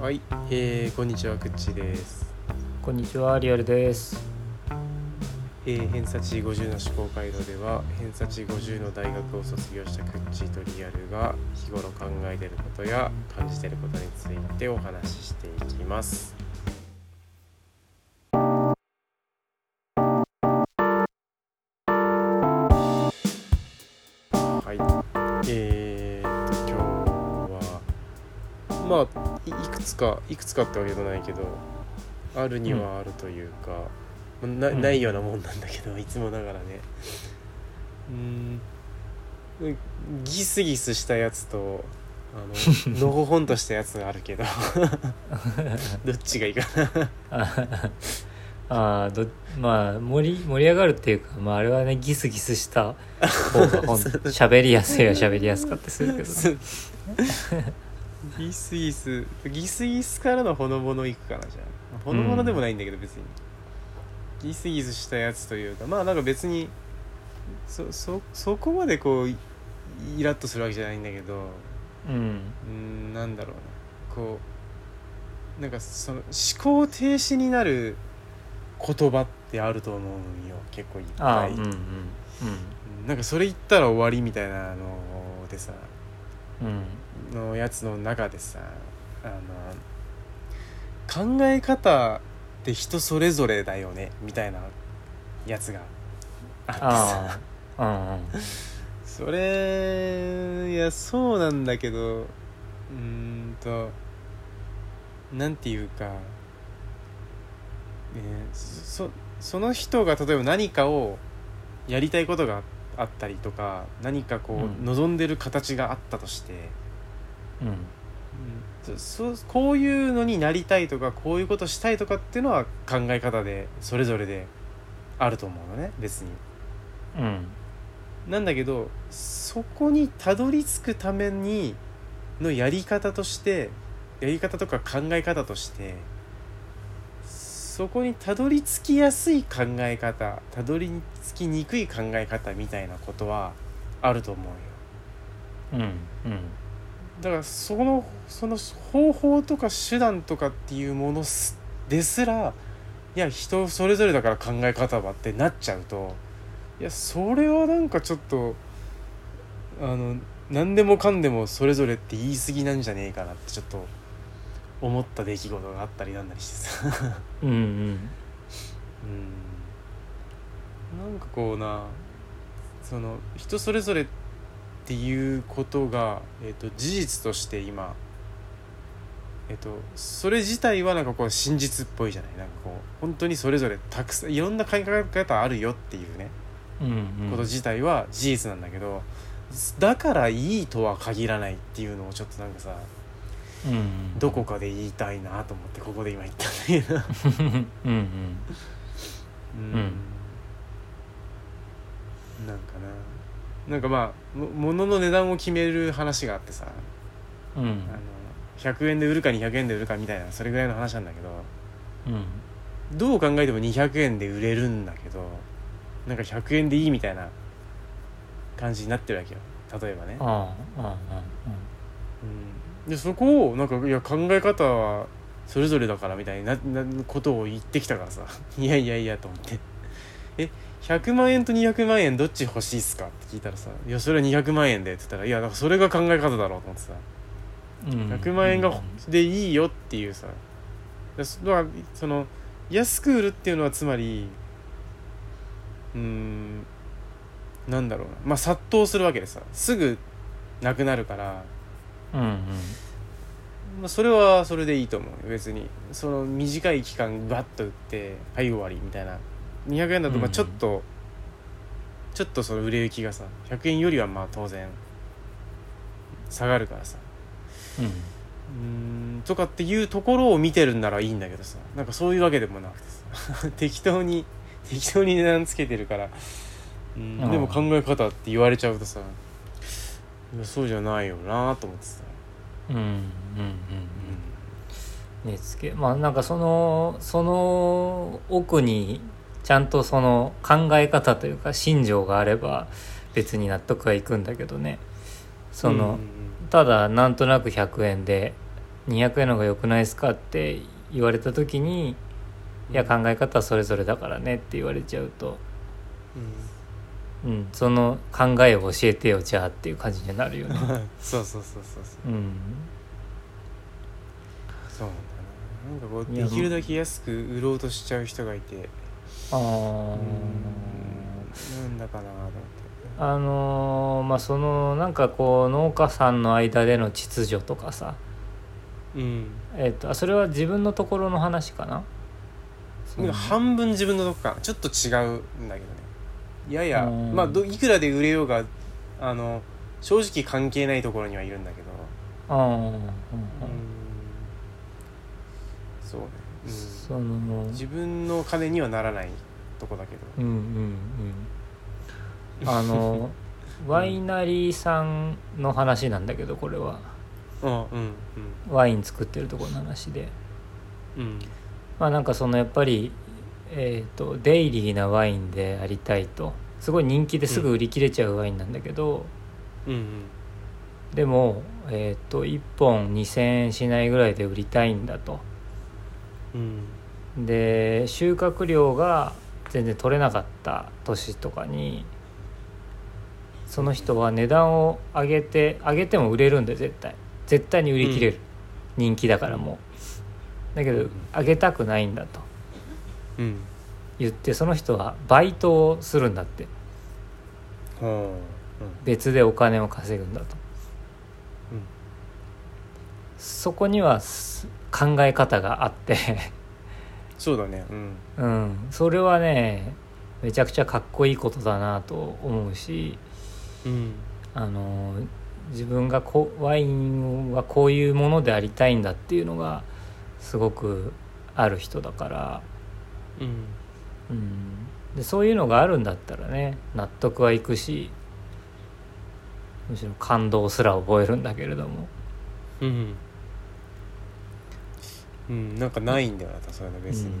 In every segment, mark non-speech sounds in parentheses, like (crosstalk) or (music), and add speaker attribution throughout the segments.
Speaker 1: はい、えー、こんにちは、くっちーです。
Speaker 2: こんにちは、リアルです。
Speaker 1: えー、偏差値50の思考回路では、偏差値50の大学を卒業したくっちーとリアルが、日頃考えていることや感じていることについてお話ししていきます。はい、えーっと、今日は、まあいいくつかいくつかってわけでもないけどあるにはあるというか、まあな
Speaker 2: うん
Speaker 1: ないようなもんなんだけど、い (laughs) つもながらねうーんギスギスしたやつとあ
Speaker 2: (laughs)
Speaker 1: ののほほんとしたやつがあるけどどっちがいいかな
Speaker 2: あ (laughs) あーどまあ盛り盛り上がるっていうか、まあ、あれはねギスギスした方 (laughs) がほん喋りやすいは (laughs) 喋りやすかったりするけど、ね、
Speaker 1: ギスギスギスギスからのほのぼのいくかなじゃあほのぼのでもないんだけど別に、ギスギスしたやつというかまあなんか別にそそそこまでこうイイラッとするわけじゃないんだけど
Speaker 2: うん
Speaker 1: うーんなんだろうなこうなんかその思考停止になる言葉ってあると思うんよ結構いっ
Speaker 2: あ
Speaker 1: ぱ
Speaker 2: あ
Speaker 1: い、
Speaker 2: うんうん
Speaker 1: なんかそれ言ったら終わりみたいなのでさ
Speaker 2: うんうん
Speaker 1: のやつの中でさあの考え方って人それぞれだよねみたいなやつがあってさ
Speaker 2: ああうんうん
Speaker 1: それいやそうなんだけどうーんとなんていうか、ね、そそその人が例えば何かをやりたいことがあったりとか何かこう、
Speaker 2: うん
Speaker 1: 望んでる形があったとして、
Speaker 2: うん
Speaker 1: うんそそこういうのになりたいとかこういうことしたいとかっていうのは考え方でそれぞれであると思うのね別に。
Speaker 2: うん
Speaker 1: なんだけどそこにたどり着くためにのやり方としてやり方とか考え方としてそこにたどり着きやすい考え方たどり着きにくい考え方みたいなことはあると思うよ。
Speaker 2: うんうん
Speaker 1: だからそのその方法とか手段とかっていうものすですらいや人それぞれだから考え方はってなっちゃうといやそれはなんかちょっとあの何でもかんでもそれぞれって言い過ぎなんじゃねえかなってちょっと思った出来事があったりなんだりしてさ。
Speaker 2: うんうん
Speaker 1: うんなんかこうなその人それぞれっていうことが、えっと事実として今、えっとそれ自体はなんかこう真実っぽいじゃないなんかこう本当にそれぞれたくさんいろんな考え方あるよっていうね、
Speaker 2: うんう
Speaker 1: こ
Speaker 2: ん
Speaker 1: と自体は事実なんだけどだからいいとは限らないっていうのをちょっとなんかさ
Speaker 2: うん
Speaker 1: どこかで言いたいなと思ってここで今言ったんだけど。
Speaker 2: うんうん
Speaker 1: なんかななんかまあも物の値段を決める話があってさ
Speaker 2: うんうん
Speaker 1: あの100円で売るか200円で売るかみたいなそれぐらいの話なんだけど
Speaker 2: うん
Speaker 1: どう考えても200円で売れるんだけどなんか100円でいいみたいな感じになってるわけよ例えばね。
Speaker 2: ああああ
Speaker 1: うん、でそこをなんかいや考え方はそれぞれだからみたいななことを言ってきたからさ (laughs) いやいやいやと思ってえ100万円と200万円どっち欲しいっすかって聞いたらさ「いやそれは200万円で」って言ったら「いやだからそれが考え方だろ」うと思ってさ
Speaker 2: うんうん
Speaker 1: 100万円がでいいよっていうさだそだからその安く売るっていうのはつまりうーんなんだろうなまあ殺到するわけでさすぐなくなるから
Speaker 2: うんうん
Speaker 1: まあ、それはそれでいいと思うよ別にその短い期間バッと売ってはい終わりみたいな200円だとま
Speaker 2: うんう
Speaker 1: あ
Speaker 2: ん
Speaker 1: ちょっと、ちょっとその売れ行きがさ100円よりはまあ当然下がるからさ
Speaker 2: うん
Speaker 1: うーんとかっていうところを見てるんならいいんだけどさなんかそういうわけでもなくてさ (laughs) 適当に適当に値段つけてるからうん
Speaker 2: あー
Speaker 1: でも考え方って言われちゃうとさいやそうじゃないよなと思ってさ、
Speaker 2: うんうん
Speaker 1: うん
Speaker 2: うん値付けまあなんかそのその奥にちゃんとその考え方というか信条があれば別に納得はいくんだけどねその、
Speaker 1: うん
Speaker 2: ただなんとなく100円で200円の方が良くないですかって言われた時にいや考え方はそれぞれだからねって言われちゃうと、うん、その考えを教えてよじゃあっていう感じになるよ
Speaker 1: うん、 (laughs)
Speaker 2: ね。
Speaker 1: そうそうそうそうそう
Speaker 2: うん、
Speaker 1: そうなんだななんかこ
Speaker 2: いうや
Speaker 1: できるだけ安く売ろうとしちゃう人がいて
Speaker 2: あ
Speaker 1: う
Speaker 2: ー
Speaker 1: んなんだかなと思って
Speaker 2: あのーまあそのなんかこう農家さんの間での秩序とかさ、
Speaker 1: うん
Speaker 2: えっとあそれは自分のところの話かなその
Speaker 1: 半分自分のとこかちょっと違うんだけどねやや
Speaker 2: うん
Speaker 1: まあどいくらで売れようがあの正直関係ないところにはいるんだけど
Speaker 2: うんうんうん
Speaker 1: そうね、
Speaker 2: そ
Speaker 1: うん、
Speaker 2: の
Speaker 1: 自分の金にはならないとこだけど
Speaker 2: うんうんうんあの (laughs) ワイナリーさんの話なんだけどこれは
Speaker 1: うんうん
Speaker 2: ワイン作ってるところの話で
Speaker 1: うんうん
Speaker 2: まあなんかそのやっぱりえっ、とデイリーなワインでありたいとすごい人気ですぐ売り切れちゃうワインなんだけど、
Speaker 1: うん
Speaker 2: でもえっ、と1本2,000円しないぐらいで売りたいんだと
Speaker 1: うんうん
Speaker 2: で収穫量が全然取れなかった年とかにその人は値段を上げて上げても売れるんで絶対絶対に売り切れる、人気だからもうだけど上げたくないんだと
Speaker 1: うん
Speaker 2: 言ってその人はバイトをするんだって
Speaker 1: ほう
Speaker 2: 別でお金を稼ぐんだと
Speaker 1: うんうん
Speaker 2: そこにはす考え方があって
Speaker 1: そうだねうん
Speaker 2: うんそれはねめちゃくちゃかっこいいことだなと思うし
Speaker 1: うん
Speaker 2: あの自分がこうワインはこういうものでありたいんだっていうのがすごくある人だから、
Speaker 1: うん
Speaker 2: うん、でそういうのがあるんだったらね納得はいくしむしろ感動すら覚えるんだけれども
Speaker 1: うんうん、なんかないんだよなそういうの別に、
Speaker 2: うん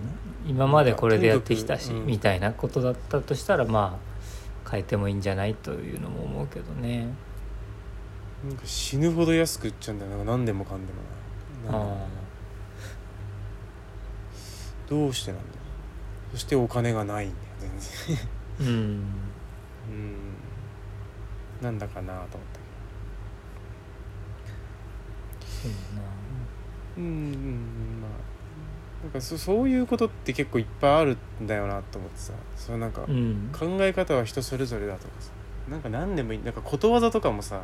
Speaker 2: 今までこれでやってきたし、
Speaker 1: とにかくうん
Speaker 2: みたいなことだったとしたらまあ変えてもいいんじゃないというのも思うけどね。
Speaker 1: なんか死ぬほど安く売っちゃうんだよなんか何でもかんでもななんか
Speaker 2: あ
Speaker 1: どうしてなんだろうそしてお金がないんだよ全然
Speaker 2: ーうん
Speaker 1: うんなんだかなと思ったけ
Speaker 2: そうだな
Speaker 1: どうんうんうんまあなんかそそういうことって結構いっぱいあるんだよなと思ってさそのなんか
Speaker 2: うん
Speaker 1: 考え方は人それぞれだとかさなんか何でもいいなんかことわざとかもさ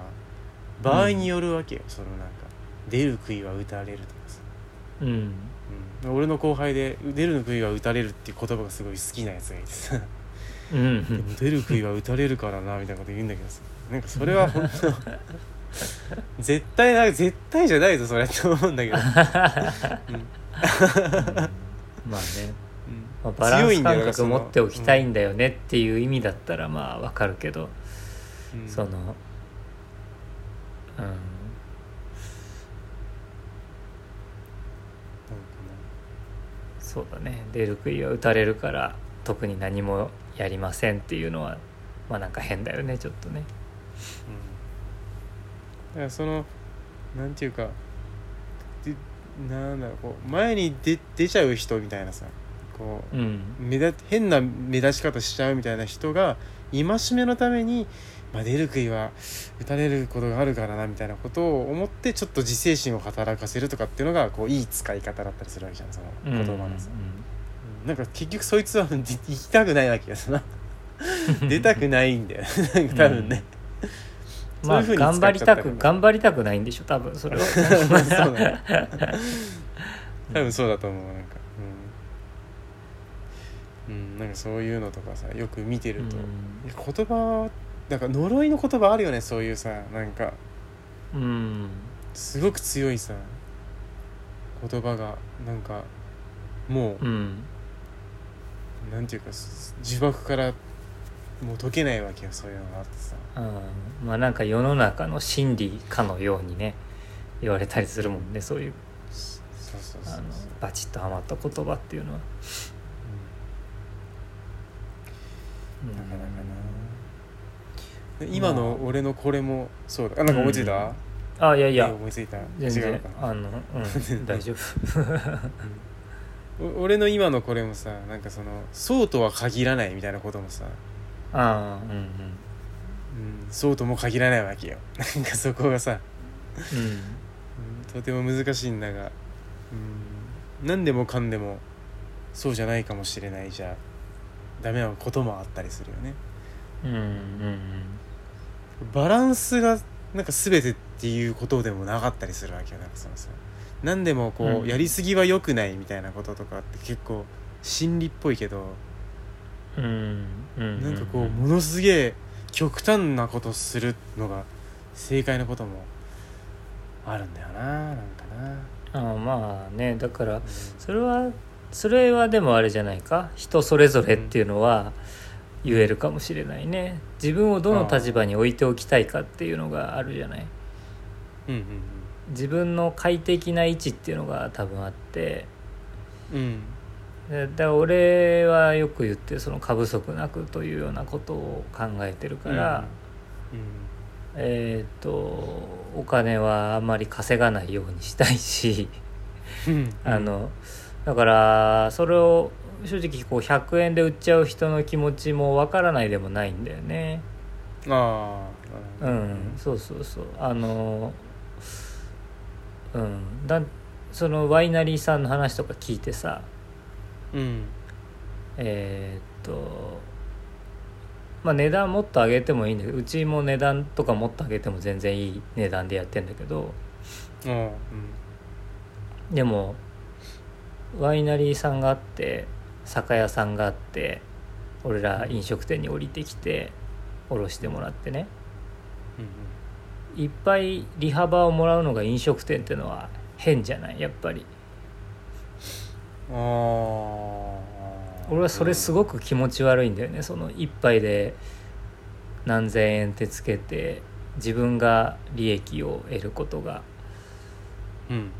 Speaker 1: 場合によるわけよ、そのなんか出る杭は打たれるとかさ、
Speaker 2: うん
Speaker 1: うん、俺の後輩で出る杭は打たれるっていう言葉がすごい好きなやつがいてさ
Speaker 2: うんうん
Speaker 1: 出る杭は打たれるからなみたいなこと言うんだけどさなんかそれは
Speaker 2: (laughs)
Speaker 1: 本当絶対な絶対じゃないぞそれって思うんだけ
Speaker 2: (laughs)
Speaker 1: ど、
Speaker 2: (laughs) まあね、
Speaker 1: う
Speaker 2: まあ
Speaker 1: ん
Speaker 2: バランス
Speaker 1: よ
Speaker 2: 感
Speaker 1: だから
Speaker 2: 覚
Speaker 1: その
Speaker 2: 持っておきたいんだよねっていう意味だったらまあわかるけど、
Speaker 1: うんうん
Speaker 2: そのうん
Speaker 1: なんか
Speaker 2: そうだね出る杭は打たれるから特に何もやりませんっていうのはまあなんか変だよねちょっとね
Speaker 1: ねうん、だからそのなんていうかでなんだろうこう前に出出ちゃう人みたいなさこう
Speaker 2: うん
Speaker 1: 目立変な目立ち方しちゃうみたいな人が戒めのために、まあ、出る杭は打たれることがあるからなみたいなことを思ってちょっと自制心を働かせるとかっていうのがこういい使い方だったりするわけじゃんその言葉のさ、うんなんか結局そいつは (laughs) 行きたくないわけやさな出たくないんだよ (laughs) なんか多分ね、
Speaker 2: うんまあ
Speaker 1: そういう風
Speaker 2: 頑
Speaker 1: に使
Speaker 2: 張
Speaker 1: っ
Speaker 2: り
Speaker 1: ちゃった
Speaker 2: た
Speaker 1: から
Speaker 2: く頑張りたくないんでしょ多分それは
Speaker 1: (laughs) そうだね多分そうだと思うなんかうん、うん、なんかそういうのとかさよく見て
Speaker 2: う
Speaker 1: る
Speaker 2: ん
Speaker 1: と、言葉なんか呪いの言葉あるよねそういうさなんか
Speaker 2: うん
Speaker 1: すごく強いさ言葉がなんかも
Speaker 2: うん
Speaker 1: うなんていうかす呪縛からもう解けないわけよそういうのがあってさ
Speaker 2: うんまあなんか世の中の真理かのようにね言われたりするもんねそういう
Speaker 1: そうそうそう
Speaker 2: あ
Speaker 1: そう
Speaker 2: のバチッとはまった言葉っていうのは、う
Speaker 1: うんんなかなかなで今の俺のこれもそうだあなんか思いついた、
Speaker 2: あいやい
Speaker 1: え
Speaker 2: や
Speaker 1: 思いついた違
Speaker 2: 全
Speaker 1: うの
Speaker 2: 然
Speaker 1: か
Speaker 2: あの、うん、
Speaker 1: (laughs)
Speaker 2: 大丈夫 (laughs)
Speaker 1: お俺の今のこれもさなんかそのそうとは限らないみたいなこともさ、
Speaker 2: ああうんうん
Speaker 1: うん、そうとも限らないわけよ (laughs) なんかそこがさ、
Speaker 2: うん
Speaker 1: うんとても難しいんだが、うん、何でもかんでもそうじゃないかもしれないじゃダメなこともあったりするよね
Speaker 2: うんうん
Speaker 1: バランスがなんか全てっていうことでもなかったりするわけよなんかそのさ何でもこう、
Speaker 2: うん
Speaker 1: やりすぎは良くないみたいなこととかって結構心理っぽいけど
Speaker 2: うんうんうん
Speaker 1: なんかこうものすげえ極端なことするのが正解なこともあるんだよななんかな
Speaker 2: あーまあねだからそれはそれはでもあれじゃないか人それぞれっていうのは言えるかもしれないね自分をどの立場に置いておきたいかっていうのがあるじゃない
Speaker 1: うん
Speaker 2: 自分の快適な位置っていうのが多分あって
Speaker 1: うんうんうん
Speaker 2: でだから俺はよく言ってその過不足なくというようなことを考えてるから、
Speaker 1: うん
Speaker 2: えーっとお金はあんまり稼がないようにしたいし。
Speaker 1: うん
Speaker 2: あのだからそれを正直こう100円で売っちゃう人の気持ちもわからないでもないんだよね
Speaker 1: ああ
Speaker 2: うん、そうそうそうあのうんだそのワイナリーさんの話とか聞いてさ
Speaker 1: うん
Speaker 2: えーっとまあ値段もっと上げてもいいんだけどうちも値段とかもっと上げても全然いい値段でやってんだけど
Speaker 1: ああ
Speaker 2: でもワイナリーさんがあって酒屋さんがあって俺ら飲食店に降りてきて降ろしてもらってね
Speaker 1: うんうん
Speaker 2: いっぱい利幅をもらうのが飲食店ってのは変じゃないやっぱり
Speaker 1: うんああ
Speaker 2: 俺はそれすごく気持ち悪いんだよねその一杯で何千円ってつけて自分が利益を得ることが
Speaker 1: うん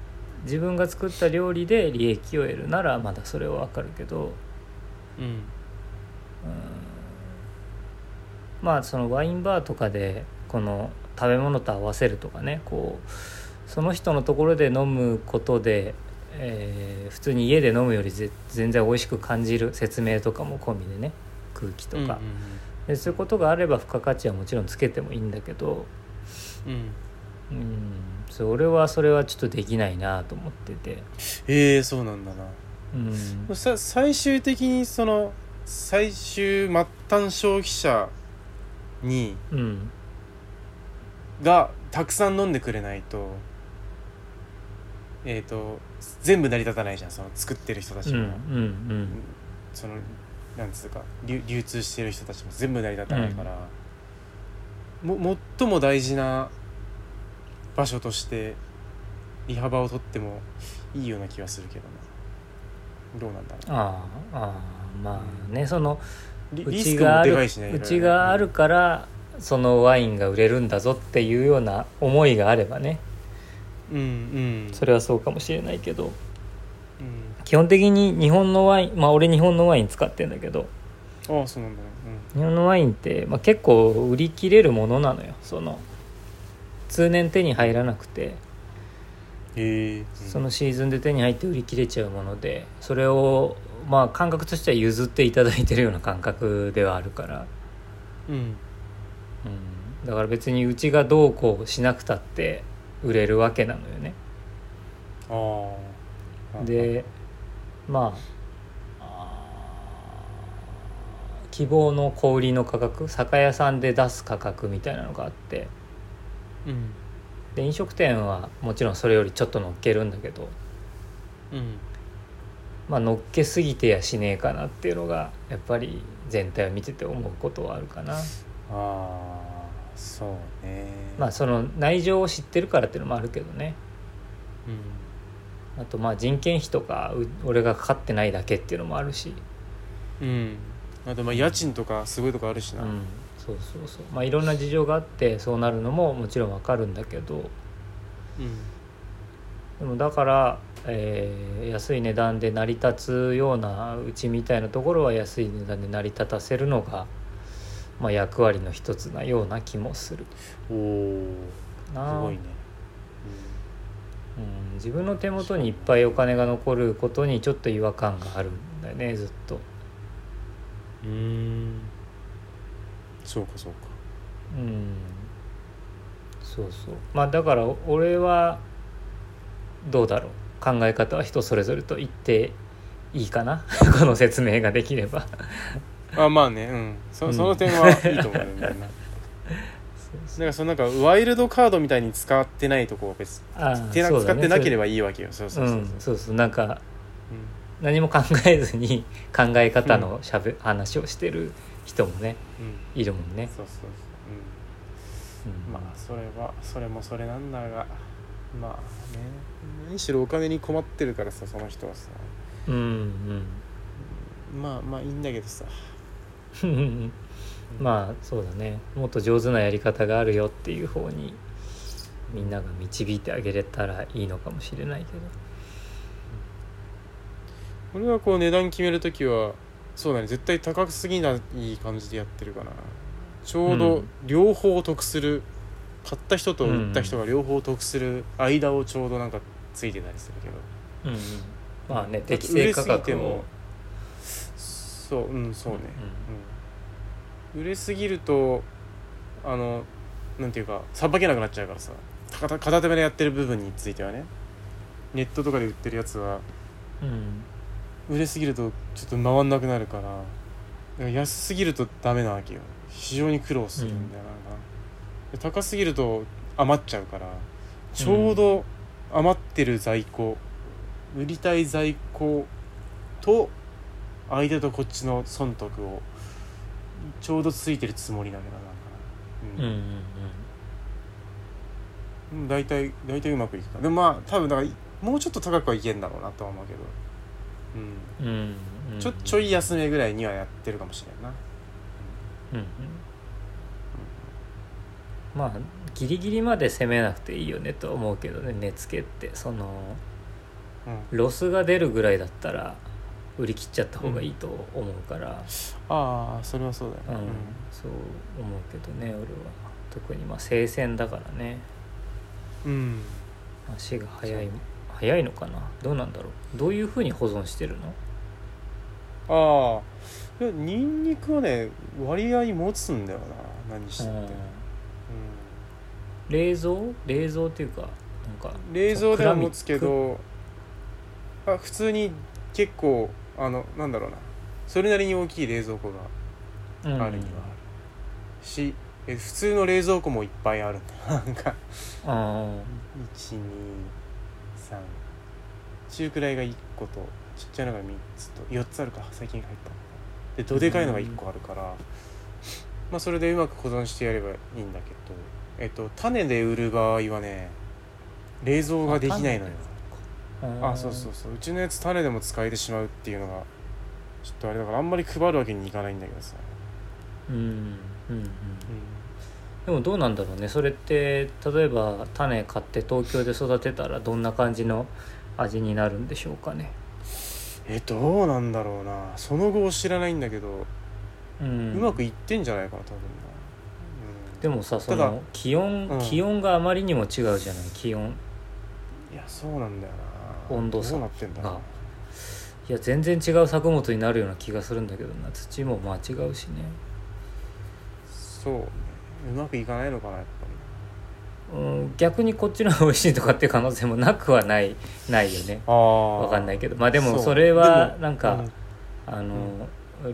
Speaker 2: 自分が作った料理で利益を得るならまだそれはわかるけど
Speaker 1: うん
Speaker 2: まあそのワインバーとかでこの食べ物と合わせるとかねこうその人のところで飲むことで、えー普通に家で飲むよりぜ全然美味しく感じる説明とかも込みでね空気と
Speaker 1: うん
Speaker 2: か、でそういうことがあれば付加価値はもちろんつけてもいいんだけど
Speaker 1: うんうん
Speaker 2: うんそれはそれはちょっとできないなと思ってて。
Speaker 1: ええそうなんだな
Speaker 2: うん
Speaker 1: さ最終的にその最終末端消費者に
Speaker 2: うん
Speaker 1: がたくさん飲んでくれないとえっ、と全部成り立たないじゃんその作ってる人た
Speaker 2: う
Speaker 1: ち
Speaker 2: んう
Speaker 1: も、
Speaker 2: ん
Speaker 1: そのなんつうか流流通してる人たちも全部成り立たないから、も最も大事な場所として利幅を取ってもいいような気はするけどなどうなんだろう
Speaker 2: ああああまあねその
Speaker 1: リ
Speaker 2: う
Speaker 1: リ
Speaker 2: ち
Speaker 1: スク
Speaker 2: が
Speaker 1: も
Speaker 2: あ
Speaker 1: で
Speaker 2: る
Speaker 1: かいしね
Speaker 2: うちがあるからそのワインが売れるんだぞっていうような思いがあればね
Speaker 1: うんうん
Speaker 2: それはそうかもしれないけど
Speaker 1: うん
Speaker 2: 基本的に日本のワインまあ俺日本のワイン使ってんだけど
Speaker 1: ああそうなんだね
Speaker 2: 日本のワインって、まあ、結構売り切れるものなのよその通年手に入らなくて
Speaker 1: うんへえ
Speaker 2: そのシーズンで手に入って売り切れちゃうものでそれをまあ感覚としては譲っていただいてるような感覚ではあるから。
Speaker 1: うん
Speaker 2: うん、だから別にうちがどうこうしなくたって売れるわけなのよね。
Speaker 1: ああ
Speaker 2: でまああー希望の小売りの価格酒屋さんで出す価格みたいなのがあって
Speaker 1: うん
Speaker 2: で飲食店はもちろんそれよりちょっと乗っけるんだけど、
Speaker 1: うん
Speaker 2: まあ、乗っけすぎてやしねえかなっていうのがやっぱり全体を見てて思うことはあるかな。
Speaker 1: ああそうね
Speaker 2: まあその内情を知ってるからっていうのもあるけどね。あとまあ人件費とかう俺がかかってないだけっていうのもあるし、
Speaker 1: うん、うん、あとまあ家賃とかすごいとこあるし
Speaker 2: う
Speaker 1: な、
Speaker 2: ん、そうそうそうまあいろんな事情があってそうなるのももちろんわかるんだけどでもだから、えー安い値段で成り立つようなうちみたいなところは安い値段で成り立たせるのが、まあ、役割の一つなような気もする
Speaker 1: おお
Speaker 2: な
Speaker 1: すごいね
Speaker 2: うん、自分の手元にいっぱいお金が残ることにちょっと違和感があるんだよねずっと。
Speaker 1: うんうんそうかそうか
Speaker 2: うんそうそうまあだから俺はどうだろう考え方は人それぞれと言っていいかな (laughs) この説明ができれば
Speaker 1: あまあねうん
Speaker 2: う
Speaker 1: そ
Speaker 2: ん
Speaker 1: その点はい (laughs) いと思うんだよなだからそのなんかワイルドカードみたいに使ってないとこは別に
Speaker 2: ああ
Speaker 1: 手な
Speaker 2: そう
Speaker 1: 使
Speaker 2: だ
Speaker 1: っ
Speaker 2: ね
Speaker 1: てなければいいわけよそう
Speaker 2: そ
Speaker 1: そううそ
Speaker 2: そ,、
Speaker 1: うう
Speaker 2: うん、そうそうなんか
Speaker 1: うん
Speaker 2: 何も考えずに考え方のしゃべ、話をしてる人もね
Speaker 1: うん
Speaker 2: いるもんね、
Speaker 1: そうそうそう
Speaker 2: う
Speaker 1: うん
Speaker 2: ん
Speaker 1: まあそれはそれもそれなんだがまあね何しろお金に困ってるからさその人はさ
Speaker 2: うん
Speaker 1: まあまあいいんだけどさ
Speaker 2: うんまあそうだねもっと上手なやり方があるよっていう方にみんなが導いてあげれたらいいのかもしれないけど
Speaker 1: 俺はこう値段決める時はそうだね絶対高すぎない感じでやってるかなちょう
Speaker 2: う
Speaker 1: ど
Speaker 2: ん
Speaker 1: 両方得する、買った人と売った人が両方得する間をちょうどなんかついてたりするけど
Speaker 2: うんうん、まあ
Speaker 1: だ
Speaker 2: ね
Speaker 1: って
Speaker 2: 適
Speaker 1: 売
Speaker 2: 正
Speaker 1: れ
Speaker 2: 価
Speaker 1: すぎて
Speaker 2: 格
Speaker 1: も
Speaker 2: を
Speaker 1: そううんそうね、うん、売れすぎるとあのなんていうかさばけなくなっちゃうからさ片手片手目でやってる部分についてはねネットとかで売ってるやつは
Speaker 2: うんうん
Speaker 1: 売れすぎるとちょっと回んなくなるからだから安すぎるとダメなわけよ非常に苦労するんだよな、なんかで高すぎると余っちゃうからちょうど余ってる在庫、売りたい在庫と相手とこっちの損得をちょうどついてるつもりだけど
Speaker 2: うんう
Speaker 1: なんか
Speaker 2: ん
Speaker 1: な、うん、大体大体うまくいくかでもまあ多分だからもうちょっと高くはいけんだろうなとは思うけどうん
Speaker 2: うんうんうん
Speaker 1: ちょちょい安めぐらいにはやってるかもしれんな
Speaker 2: うんうんまあギリギリまで攻めなくていいよねとは思うけどね値付けってその
Speaker 1: うん
Speaker 2: ロスが出るぐらいだったら売り切っちゃった方がいいと思うから、
Speaker 1: ああそれはそうだよ
Speaker 2: うん
Speaker 1: ね
Speaker 2: そう思うけどね俺は特にまあ生鮮だからね
Speaker 1: うん、うん
Speaker 2: 足が早い早いのかなどうなんだろうどういうふうに保存してるの
Speaker 1: ああいやニンニクはね割合持つんだよな何してって、うん
Speaker 2: 冷蔵冷蔵っていうかなんか
Speaker 1: 冷蔵では持つけどあ普通に結構あのなんだろうなそれなりに大きい冷蔵庫が
Speaker 2: そう
Speaker 1: あ
Speaker 2: 蔵
Speaker 1: る
Speaker 2: 密
Speaker 1: にはある、しえ普通の冷蔵庫もいっぱいあるんだよなんか
Speaker 2: うんあ
Speaker 1: 123中くらいが1個とちっちゃいのが3つと4つあるか最近入ったのでどでかいのが1個あるから、まあそれでうまく保存してやればいいんだけどえっと種で売る場合はね冷蔵ができないのよ
Speaker 2: ー
Speaker 1: あそうそうそううちのやつ種でも使えてしまうっていうのがちょっとあれだからあんまり配るわけにいかないんだけどさ、
Speaker 2: うんうんうんでもどうなんだろうねそれって例えば種買って東京で育てたらどんな感じの味になるんでしょうかね
Speaker 1: えどうなんだろうなその後を知らないんだけど、
Speaker 2: うん
Speaker 1: うまくいってんじゃないかな多分な、うん
Speaker 2: でもさそ
Speaker 1: ただ
Speaker 2: の気温、
Speaker 1: うん
Speaker 2: 気温があまりにも違うじゃない気温
Speaker 1: いやそうなんだよな
Speaker 2: 温度差
Speaker 1: どうなってんだろう
Speaker 2: がいや全然違う作物になるような気がするんだけどな土もまあ違うしね
Speaker 1: そうねうまくいかないのかなやっ
Speaker 2: うん逆にこっちの方が美味しいとかっていう可能性もなくはないないよね
Speaker 1: ぱりああ
Speaker 2: わかんないけどまあで
Speaker 1: そ
Speaker 2: も
Speaker 1: う
Speaker 2: それ
Speaker 1: で
Speaker 2: は
Speaker 1: も
Speaker 2: なんか、あの、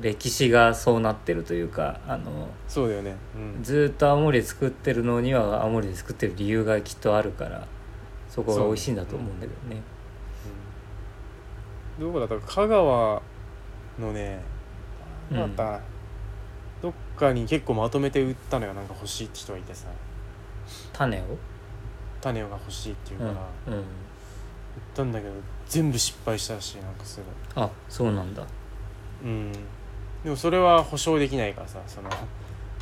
Speaker 2: 歴史がそうなってるというかあの
Speaker 1: そうだよねうん
Speaker 2: ずーっと青森で作ってるのには青森で作ってる理由がきっとあるからそこが美味しいんだと思うんだけどね
Speaker 1: うんどこだったか香川のね
Speaker 2: うん
Speaker 1: どこだったかな、どっかに結構まとめて売ったのよなんか欲しいって人がいてさ
Speaker 2: 種を
Speaker 1: 種が欲しいっていう
Speaker 2: う
Speaker 1: か
Speaker 2: ん、
Speaker 1: ら、
Speaker 2: うん
Speaker 1: 売っ、たんだけど全部失敗したらしいなんかす
Speaker 2: あそうなんだ
Speaker 1: ごいうんでもそれは保証できないからさその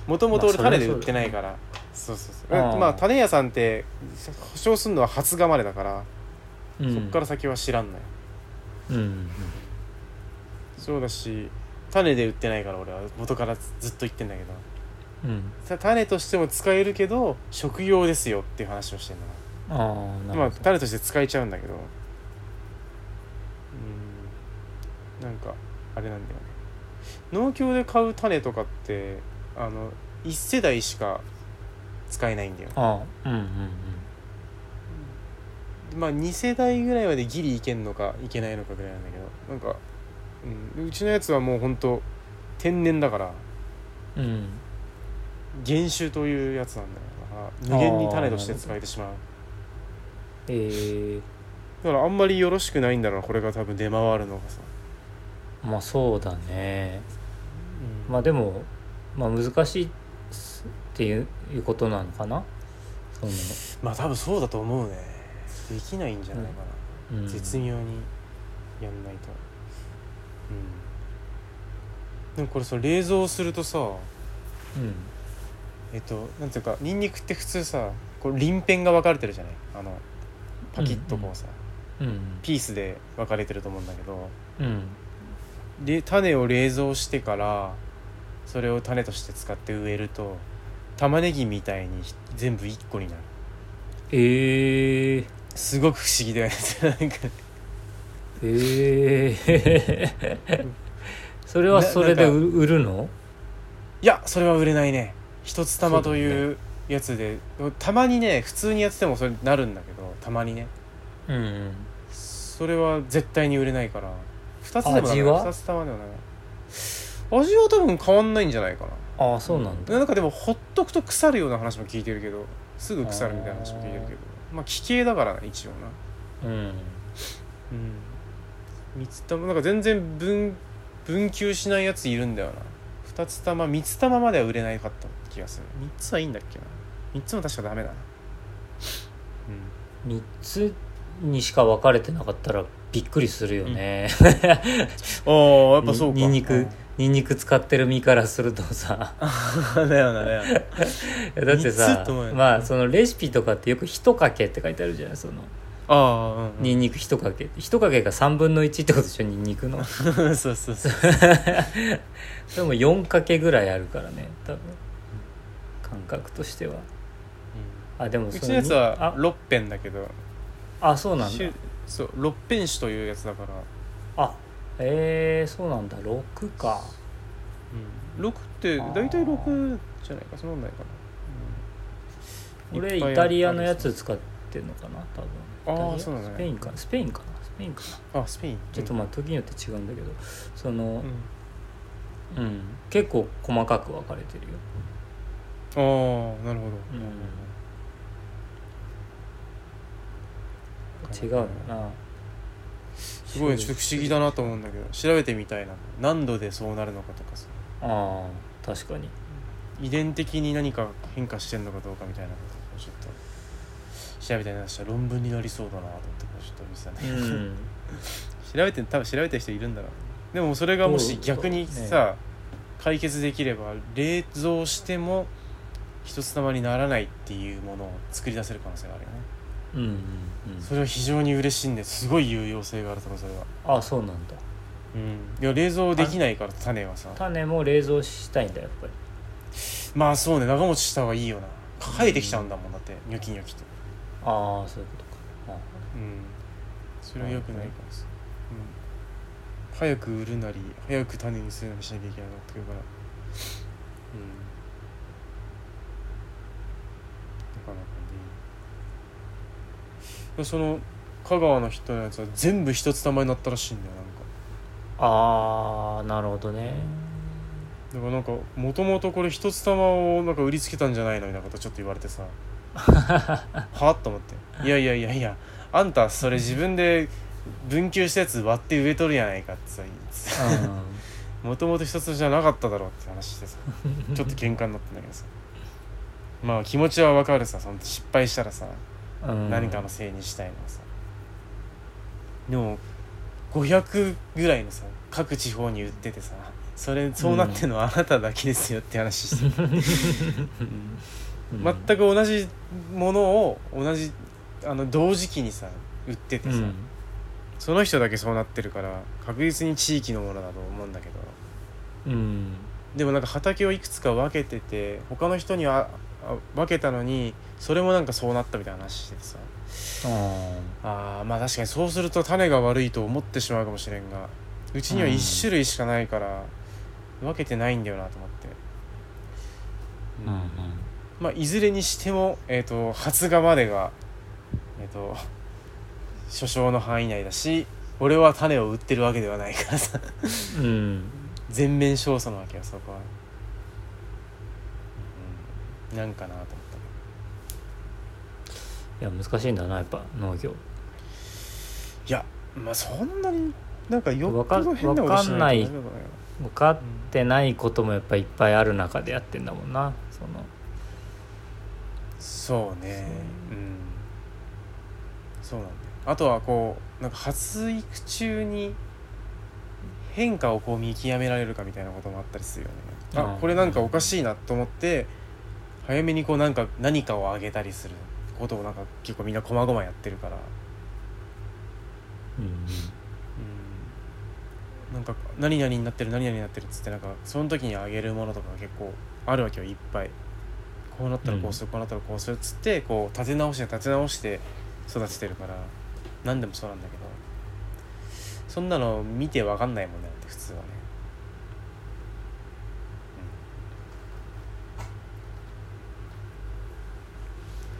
Speaker 1: もともと俺
Speaker 2: まあそ
Speaker 1: 種で
Speaker 2: れはそうだよね
Speaker 1: 売ってないから、そうそうそう
Speaker 2: あー
Speaker 1: まあ種屋さんって保証するのは発芽までだから、
Speaker 2: うん
Speaker 1: そっから先は知らんのよ
Speaker 2: うんうん
Speaker 1: そうだし種で売ってないから俺は元からずっと言ってんだけど
Speaker 2: うん
Speaker 1: さ種としても使えるけど食用ですよっていう話をしてんだな
Speaker 2: ああな
Speaker 1: まあ
Speaker 2: るほど、
Speaker 1: タレとして使えちゃうんだけどうんなんかあれなんだよね農協で買う種とかってあの1世代しか使えないんだよ
Speaker 2: ああうんうん
Speaker 1: まあ2世代ぐらいまでギリいけんのかいけないのかぐらいなんだけどなんか、うん、うちのやつはもうほんと天然だから
Speaker 2: うんうん
Speaker 1: 原種というやつなんだよだから無限に種として使えてしまう
Speaker 2: えー、
Speaker 1: だからあんまりよろしくないんだろうなこれが多分出回るのがさ、
Speaker 2: まあそうだね
Speaker 1: うん
Speaker 2: まあでも、まあ、難しいっていういうことなのかなその、
Speaker 1: まあ多分そうだと思うねできないんじゃないかな、
Speaker 2: うん、
Speaker 1: 絶妙にやんないとうんでもこれさ冷蔵するとさ
Speaker 2: うん
Speaker 1: えっとなんていうかニンニクって普通さこう鱗片が分かれてるじゃないあのパキッとこうさ、
Speaker 2: うん
Speaker 1: ピースで分かれてると思うんだけど
Speaker 2: うん
Speaker 1: で種を冷蔵してからそれを種として使って植えると玉ねぎみたいにひ全部1個になる
Speaker 2: ええ
Speaker 1: すごく不思議だよね (laughs) なんか
Speaker 2: え (laughs) えそれはそれで
Speaker 1: なな
Speaker 2: 売売るの
Speaker 1: いやそれは売れないね一つ玉というやつで、たまにね普通にやっててもそれなるんだけどたまにね
Speaker 2: うんうん
Speaker 1: それは絶対に売れないから2つでも
Speaker 2: 味
Speaker 1: な
Speaker 2: は
Speaker 1: か2つ玉ではない味は多分変わんないんじゃないか
Speaker 2: ああそうなんだ
Speaker 1: ななんかでもほっとくと腐るような話も聞いてるけどすぐ腐るみたいな話も聞いてるけどまあ奇形だからな一応な
Speaker 2: うん
Speaker 1: うん三つ玉なんか全然分分給しないやついるんだよな二つ玉三つ玉までは売れなかった気がする三つはいいんだっけな三つも確かダメだな
Speaker 2: 3つにしか分かれてなかったらびっくりするよね、 (laughs)
Speaker 1: うんああや
Speaker 2: ににんにくにんにく使ってる身からするとさ
Speaker 1: だよなだよな
Speaker 2: (laughs) だって
Speaker 1: 三
Speaker 2: さ
Speaker 1: つと思うよ
Speaker 2: まあそのレシピとかってよく「ひとかけ」って書いてあるじゃないその
Speaker 1: (laughs) ああうん
Speaker 2: にんにくひとかけってひとかけが3分の1ってことでしょにんにく
Speaker 1: (laughs)
Speaker 2: の
Speaker 1: そうそうそう
Speaker 2: でも4かけぐらいあるからね多分感覚としてはあでも
Speaker 1: う
Speaker 2: そ
Speaker 1: ちのやつは六辺だけど
Speaker 2: ああそうなんだ
Speaker 1: 種そう六辺種というやつだから
Speaker 2: あえー、そうなんだ6か
Speaker 1: 六って大体六じゃないかそんなんないかな
Speaker 2: これ
Speaker 1: いっぱい
Speaker 2: イタリアのやつ使ってるのかな多分
Speaker 1: あー
Speaker 2: イタリア
Speaker 1: そうだね
Speaker 2: スペインかスペインかなスペインかな
Speaker 1: あスペイン
Speaker 2: ちょっとまあ時によって違うんだけどその
Speaker 1: う、ん
Speaker 2: うん結構細かく分かれてるよ、
Speaker 1: ああなるほど、
Speaker 2: 違うよな
Speaker 1: すごいちょっと不思議だなと思うんだけど調べてみたいな何度でそうなるのかとかさ
Speaker 2: ああ確かに
Speaker 1: 遺伝的に何か変化してんのかどうかみたいなことをちょっと調べたりなんかしたら論文になりそうだなと思ってこうちょっと見てたね、
Speaker 2: うん
Speaker 1: 調べて多分調べてる人いるんだろうでもそれがもし逆に
Speaker 2: そうです
Speaker 1: さ、解決できれば冷蔵しても一つ玉にならないっていうものを作り出せる可能性があるよね、
Speaker 2: うんうんうん
Speaker 1: それは非常に嬉しいんですごい有用性があると思うそれは
Speaker 2: ああそうなんだ
Speaker 1: うん、いや冷蔵できないから種はさ
Speaker 2: 種も冷蔵したいんだやっぱり
Speaker 1: まあそうね長持ちした方がいいよな抱えてきちゃうんだもんだってニョキニョキと
Speaker 2: ああそういうことか
Speaker 1: うんそれは良くないからさ、うん、早く売るなり早く種にするなりしなきゃいけなくなってくるからうんなかなかねでその香川の人のやつは全部一つ玉になったらしいんだよなんか
Speaker 2: ああなるほどね
Speaker 1: だからなんかもともとこれ一つ玉をなんか売りつけたんじゃないのみたいなことちょっと言われてさはあと思って「いやいやいやいやあんたそれ自分で分給したやつ割って植えとるやないか」ってさもともと一つじゃなかっただろうって話してさちょっと喧嘩になったんだけどさまあ気持ちはわかるさその失敗したらさ
Speaker 2: うん、うん
Speaker 1: 何かのせいにしたいのはさ、でも500ぐらいのさ各地方に売っててさそれそうなってるのはあなただけですよって話してた、
Speaker 2: うん
Speaker 1: 全く同じものを同じあの同時期にさ売ってて
Speaker 2: う
Speaker 1: さ、
Speaker 2: ん
Speaker 1: その人だけそうなってるから確実に地域のものだと思うんだけど
Speaker 2: うん
Speaker 1: でもなんか畑をいくつか分けてて他の人にはあ分けたのにそれもなんかそうなったみたいな話しててさあーまあ確かにそうすると種が悪いと思ってしまうかもしれんがうちには
Speaker 2: うん
Speaker 1: 1種類しかないから分けてないんだよなと思って、
Speaker 2: うんうん
Speaker 1: まあ、いずれにしても、えー、と発芽までが、えー、と所掌の範囲内だし俺は種を売ってるわけではないからさ (laughs)
Speaker 2: うん
Speaker 1: 全面勝訴なわけよそこは、うん、なんかなと思った
Speaker 2: いや難しいんだなやっぱ農業
Speaker 1: いやまあそんなになんかよっ
Speaker 2: わか
Speaker 1: ぽど変なことしないと
Speaker 2: わ
Speaker 1: ダメだよ
Speaker 2: 分かってないこともやっぱいっぱいある中でやってんだもんなその
Speaker 1: そうねうんそうなんだよあとはこうなんか発育中に変化をこう見極められるかみたいなこともあったりするよねあ
Speaker 2: あー
Speaker 1: これなんかおかしいなと思って早めにこうなんか何かをあげたりすることをなんか結構みんな細々やってるから
Speaker 2: うん
Speaker 1: うんなんか何々になってる何々になってるっつってなんかその時にあげるものとかが結構あるわけよいっぱいこうなったらこうする、こうなったらこうするっつってこう立て直して立て直して育ててるから何でもそうなんだけどそんなの見て分かんないもんねだって普通はね、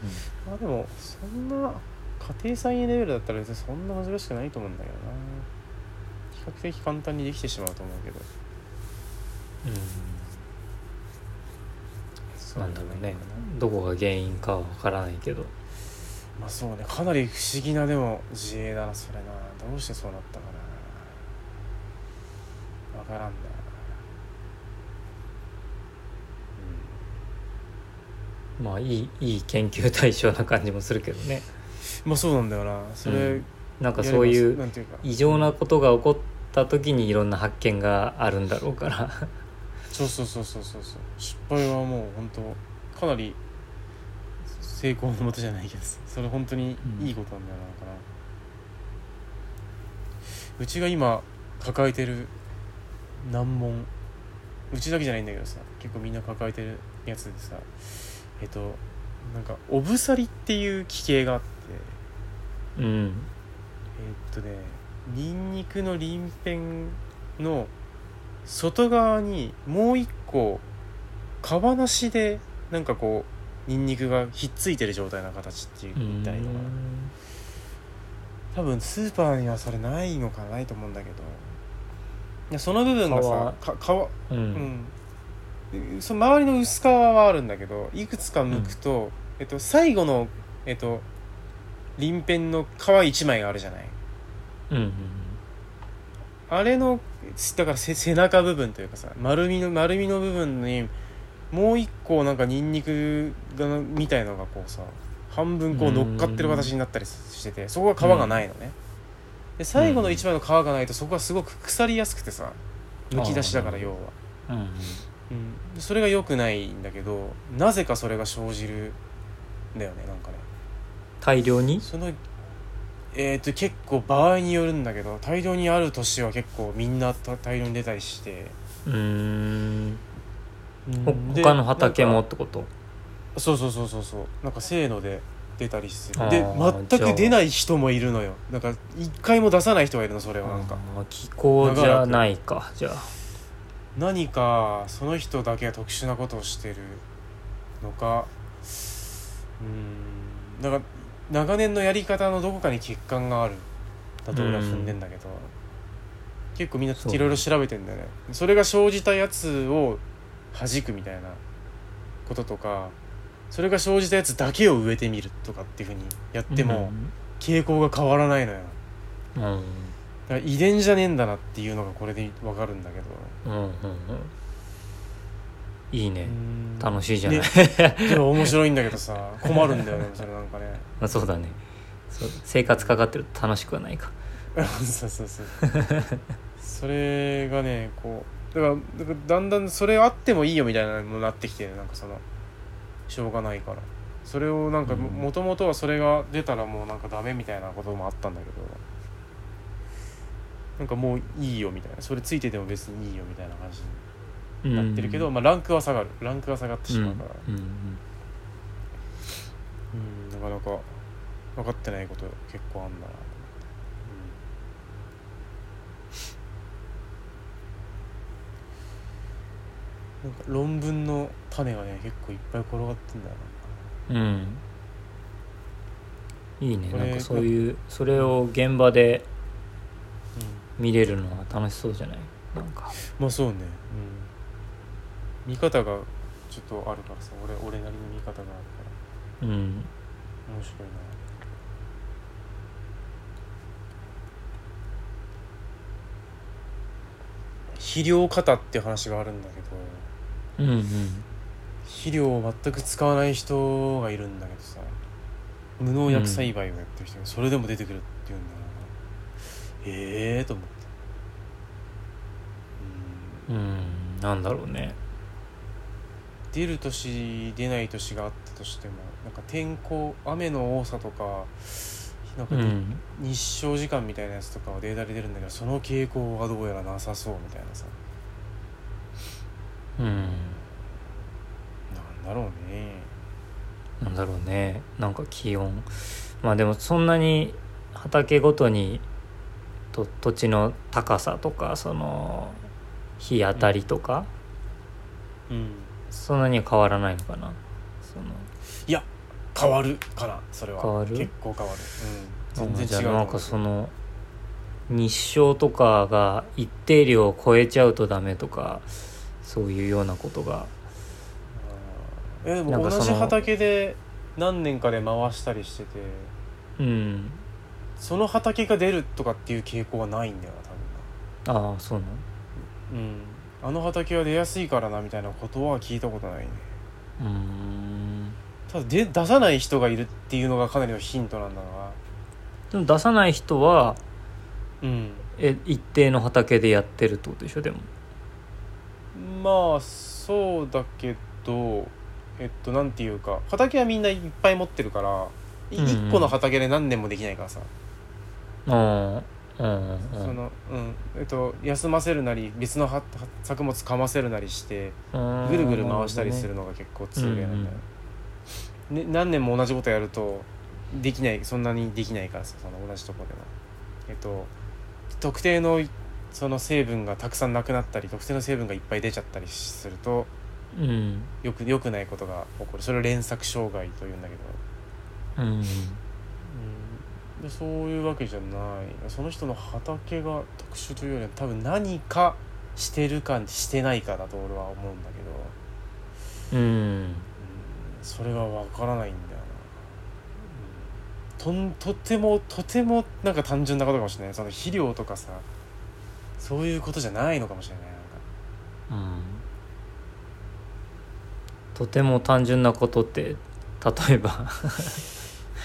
Speaker 1: うんまあでもそんな家庭菜園レベルだったら別にそんな難しくないと思うんだけどな比較的簡単にできてしまうと思うけどそう
Speaker 2: なんだろうねどこが原因かは分からないけど
Speaker 1: まあそうねかなり不思議なでも自衛だなそれなどうしてそうなったかなわからんな
Speaker 2: まあいいいい研究対象な感じもするけどね
Speaker 1: うんまあそうなんだよなそれ、
Speaker 2: うんなんかそういう
Speaker 1: なんていうか
Speaker 2: 異常なことが起こった時にいろんな発見があるんだろうから
Speaker 1: そうそうそうそうそうそう失敗はもう本当かなり成功のもとじゃないけどそれ本当にいいことなんだよな、かなうちが今抱えてる難問うちだけじゃないんだけどさ結構みんな抱えてるやつでさえっとなんかおぶさりっていう奇形があって
Speaker 2: うん
Speaker 1: えっとねニンニクの鱗片の外側にもう一個皮なしでなんかこうニンニクがひっついてる状態な形っていう言ったらいいのかな多分スーパーにはそれないのかないと思うんだけどいやその部分がさか皮
Speaker 2: うんう
Speaker 1: うんん、その周りの薄皮はあるんだけどいくつか剥くと、えっと、最後のえっと鱗片の皮一枚があるじゃない
Speaker 2: うんうん
Speaker 1: あれのだからせ背中部分というかさ丸みの丸みの部分にもう一個なんかニンニクがみたいのがこうさ半分こう乗っかってる形になったりしててそこは皮がないのね、で最後の一枚の皮がないとそこがすごく腐りやすくてさむき出しだから
Speaker 2: あー
Speaker 1: 要は、
Speaker 2: うんうん
Speaker 1: うん、それが良くないんだけどなぜかそれが生じるんだよねなんかね
Speaker 2: 大量に
Speaker 1: そのえっ、と結構場合によるんだけど大量にある年は結構みんなた大量に出たりして
Speaker 2: うーんほ
Speaker 1: で
Speaker 2: 他の畑も
Speaker 1: なん
Speaker 2: っ
Speaker 1: か
Speaker 2: てこと
Speaker 1: そうそうそうそうそうなんかせーので出たりす
Speaker 2: あ
Speaker 1: る
Speaker 2: ー
Speaker 1: で全
Speaker 2: じゃあ
Speaker 1: く出ない人もいるのよなんか一回も出さない人がいるのそれはなんか
Speaker 2: あー気候じゃないかじゃあ
Speaker 1: 何かその人だけが特殊なことをしてるのかうーんなんか長年のやり方のどこかに欠陥があるだと俺は踏んでんだけど、結構みんな
Speaker 2: そう
Speaker 1: いろいろ調べてんだよねそれが生じたやつを弾くみたいなこととかそれが生じたやつだけを植えてみるとかっていうふうにやっても傾向が変わらないのよ
Speaker 2: うんうん
Speaker 1: だから遺伝じゃねえんだなっていうのがこれで分かるんだけど
Speaker 2: うんうんうんいいね
Speaker 1: うん
Speaker 2: 楽しいじゃない
Speaker 1: ねでも面白いんだけど
Speaker 2: (laughs)
Speaker 1: さ困るんだよねそれなんかね
Speaker 2: まあそうだねそう生活かかってると楽しくはないか
Speaker 1: そうそうそうそれがねこうだからだからだんだんそれあってもいいよみたいなのにもなってきてなんかそのしょうがないからそれをなんか
Speaker 2: うん
Speaker 1: もともとはそれが出たらもうなんかダメみたいなこともあったんだけどなんかもういいよみたいなそれついてても別にいいよみたいな感じになってるけど、
Speaker 2: うん
Speaker 1: まあランクは下がるランクは下がってしまうから、
Speaker 2: うんうんうん
Speaker 1: うんなかなか分かってないこと結構あんだな、うん、なんか論文の種がね結構いっぱい転がってんだよ
Speaker 2: うんいいね
Speaker 1: こ
Speaker 2: な
Speaker 1: れ
Speaker 2: んかそういうそれを現場で見れるのは楽しそうじゃないなんか
Speaker 1: な、うん、まあそうね、うん、見方がちょっとあるからさ俺俺なりの見方があるから
Speaker 2: うん
Speaker 1: 面白いな肥料型っていう話があるんだけど
Speaker 2: うんうん
Speaker 1: 肥料を全く使わない人がいるんだけどさ無農薬栽培をやってる人がそれでも出てくるって言うんだよな、ええー、と思ってう
Speaker 2: うんんなんだろうね
Speaker 1: 出る年出ない年があったとしてもなんか天候雨の多さとかなんか
Speaker 2: う
Speaker 1: 日
Speaker 2: ん
Speaker 1: 日照時間みたいなやつとかはデータで出るんだけどその傾向はどうやらなさそうみたいなさ
Speaker 2: うん
Speaker 1: なんだろうね
Speaker 2: なんだろうねなんか気温まあでもそんなに畑ごとにと土地の高さとかその日当たりとか、
Speaker 1: うん
Speaker 2: そんなには変わらないのかなその
Speaker 1: いや変わるかなそれは
Speaker 2: 変わる
Speaker 1: 結構変わる、うん、全
Speaker 2: じゃ
Speaker 1: 然
Speaker 2: あ
Speaker 1: 違う
Speaker 2: なんかその日照とかが一定量を超えちゃうとダメとかそういうようなことが
Speaker 1: あーえで
Speaker 2: なん
Speaker 1: も
Speaker 2: かそ
Speaker 1: 同
Speaker 2: の
Speaker 1: じ畑で何年かで回したりしてて
Speaker 2: うん
Speaker 1: その畑が出るとかっていう傾向はないんだよな多分
Speaker 2: ああそうなの
Speaker 1: なうんあの畑は出やすいからなみたいなことは聞いたことないね
Speaker 2: うーん
Speaker 1: ただで出さない人がいるっていうのがかなりのヒントなんだな
Speaker 2: でも出さない人は
Speaker 1: うん
Speaker 2: え一定の畑でやってるってことでしょでも
Speaker 1: まあそうだけどえっとなんていうか畑はみんないっぱい持ってるからい
Speaker 2: うんうん
Speaker 1: 一個の畑で何年もできないからさ、
Speaker 2: ああうん
Speaker 1: そのうんえっと休ませるなり別のはは作物かませるなりして
Speaker 2: うん
Speaker 1: ぐるぐる回したりするのが結構通例なんだよ、ね、何年も同じことやるとできないそんなにできないからさその同じとこでもえっと特定のその成分がたくさんなくなったり特定の成分がいっぱい出ちゃったりすると
Speaker 2: うん
Speaker 1: よくよくないことが起こるそれを連作障害というんだけど、
Speaker 2: うん
Speaker 1: でそういうわけじゃないその人の畑が特殊というよりは多分何かしてるかしてないかだと俺は思うんだけど、
Speaker 2: うん
Speaker 1: うんそれがわからないんだよな、うんとんとてもとてもなんか単純なことかもしれないその肥料とかさそういうことじゃないのかもしれないなんか
Speaker 2: うんとても単純なことって例えば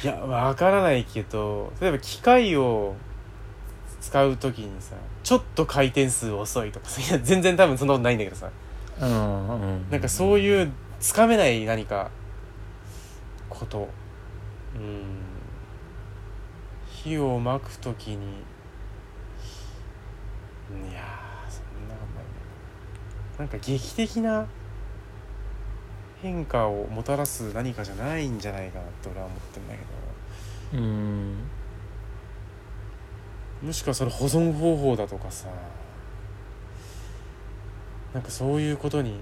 Speaker 1: いやわからないけど例えば機械を使う時にさちょっと回転数遅いとかさいや全然多分そんなことないんだけどさ
Speaker 2: うんうん
Speaker 1: なんかそういうつかめない何かことうん火をまく時にいやーそんなことないななんか劇的な変化をもたらす何かじゃないんじゃないかなって俺は思ってんだけど。
Speaker 2: うん
Speaker 1: もしくはそれ保存方法だとかさなんかそういうことに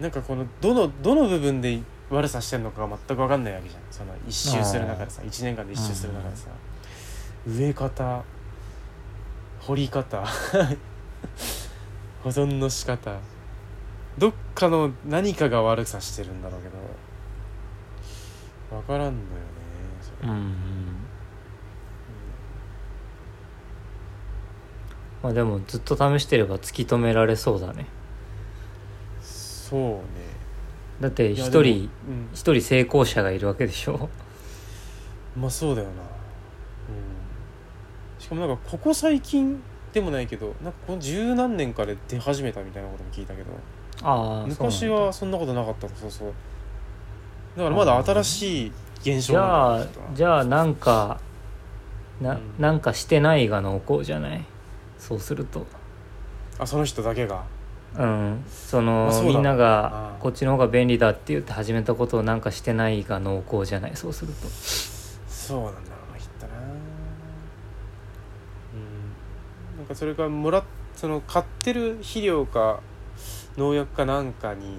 Speaker 1: なんかこのどのどの部分で悪さしてるのかが全く分かんないわけじゃんその一周する中でさ1年間で一周する中でさ、植え方掘り方 (laughs) 保存の仕方どっかの何かが悪さしてるんだろうけど分からんのよねそれ
Speaker 2: うんまあでもずっと試してれば突き止められそうだね
Speaker 1: そうね
Speaker 2: だって
Speaker 1: いや
Speaker 2: 一
Speaker 1: でも
Speaker 2: 人
Speaker 1: うん
Speaker 2: 一人成功者がいるわけでしょ
Speaker 1: まあそうだよな、うん、しかもなんかここ最近でもないけどなんかこの十何年かで出始めたみたいなことも聞いたけど
Speaker 2: ああ
Speaker 1: 昔はそんなことなかったそうそうだからまだ新しい現象
Speaker 2: じゃ
Speaker 1: なん
Speaker 2: あ
Speaker 1: だな
Speaker 2: じゃあなんかな,、
Speaker 1: うんん、
Speaker 2: なんかしてないが濃厚じゃないそうすると
Speaker 1: あその人だけが
Speaker 2: うん、そ
Speaker 1: ま
Speaker 2: の、
Speaker 1: あそうだ
Speaker 2: みんな
Speaker 1: う
Speaker 2: が
Speaker 1: ん
Speaker 2: こっちの方が便利だって言って始めたことをなんかしてないが濃厚じゃないそうすると
Speaker 1: そうなんだろうなきっとなうんなんかそれからもらっその買ってる肥料か農薬かなんかに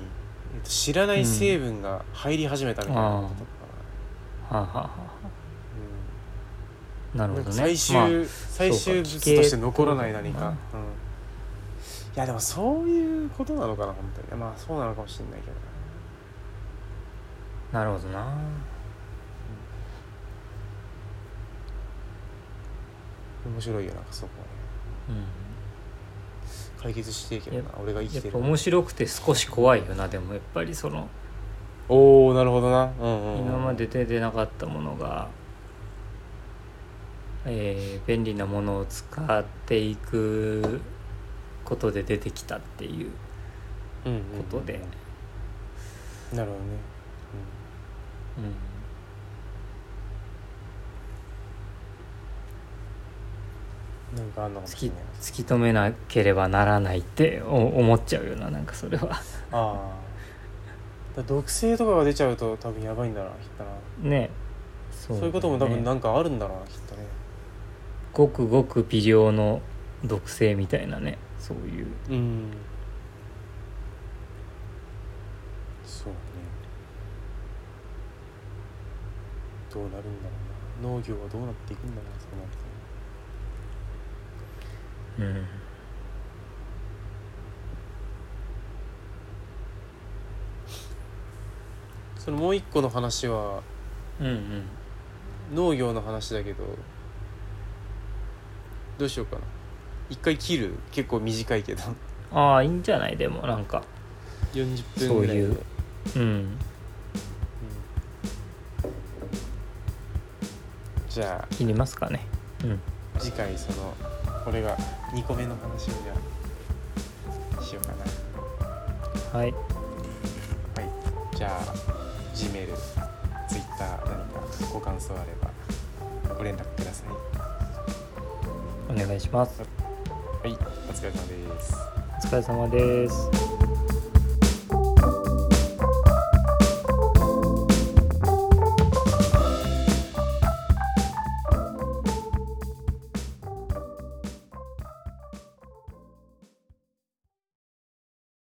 Speaker 1: えっと知らない成分が入り始めたみたいなことか
Speaker 2: はあ、はあはあ、な
Speaker 1: な,、
Speaker 2: る
Speaker 1: うん、な
Speaker 2: ほ
Speaker 1: ん
Speaker 2: ど
Speaker 1: か
Speaker 2: ね
Speaker 1: 最終、
Speaker 2: まあ
Speaker 1: 最終物として残らない何か、、
Speaker 2: そううんか
Speaker 1: いやでもそういうことなのかな本当にいやまあそうなのかもしれないけどな
Speaker 2: なるほどな
Speaker 1: 面白いよなんかそこはね
Speaker 2: うん
Speaker 1: 解決していけどな俺が生
Speaker 2: や
Speaker 1: き
Speaker 2: って
Speaker 1: る
Speaker 2: ぱ面白くて少し怖いよなでもやっぱりその
Speaker 1: おおなるほどな、うんうんうん
Speaker 2: 今まで出てなかったものが、えー便利なものを使っていくことで出てきたっていう
Speaker 1: うんうんうん
Speaker 2: ことで、
Speaker 1: なるほどね、
Speaker 2: う
Speaker 1: う
Speaker 2: ん
Speaker 1: ん、なんかあんのかも
Speaker 2: 突
Speaker 1: し
Speaker 2: き
Speaker 1: れない
Speaker 2: 突き止めなければならないってお思っちゃうよななんかそれは (laughs)
Speaker 1: ああだ毒性とかが出ちゃうと多分やばいんだなきっとな
Speaker 2: ねそ
Speaker 1: そう,、
Speaker 2: だ
Speaker 1: いう
Speaker 2: よね
Speaker 1: ことも多分なんかあるんだろうなきっとね
Speaker 2: ごくごく微量の毒性みたいなねそういう
Speaker 1: うんそうねどうなるんだろうな農業はどうなっていくんだろうなそうなるとね
Speaker 2: うん
Speaker 1: そのもう一個の話は
Speaker 2: うんうん
Speaker 1: 農業の話だけどどうしようかな一回切る結構短いけど
Speaker 2: ああいいんじゃないでもなんか
Speaker 1: 40分ぐらいで
Speaker 2: そういううん
Speaker 1: じゃ
Speaker 2: 切りますかねうん
Speaker 1: あ次回その俺が2個目の話をじゃあしようかな
Speaker 2: はい
Speaker 1: じゃあ Gmail、Twitter 何かご感想あればご連絡ください
Speaker 2: お願いします
Speaker 1: はいお疲れ様です
Speaker 2: お疲れ様です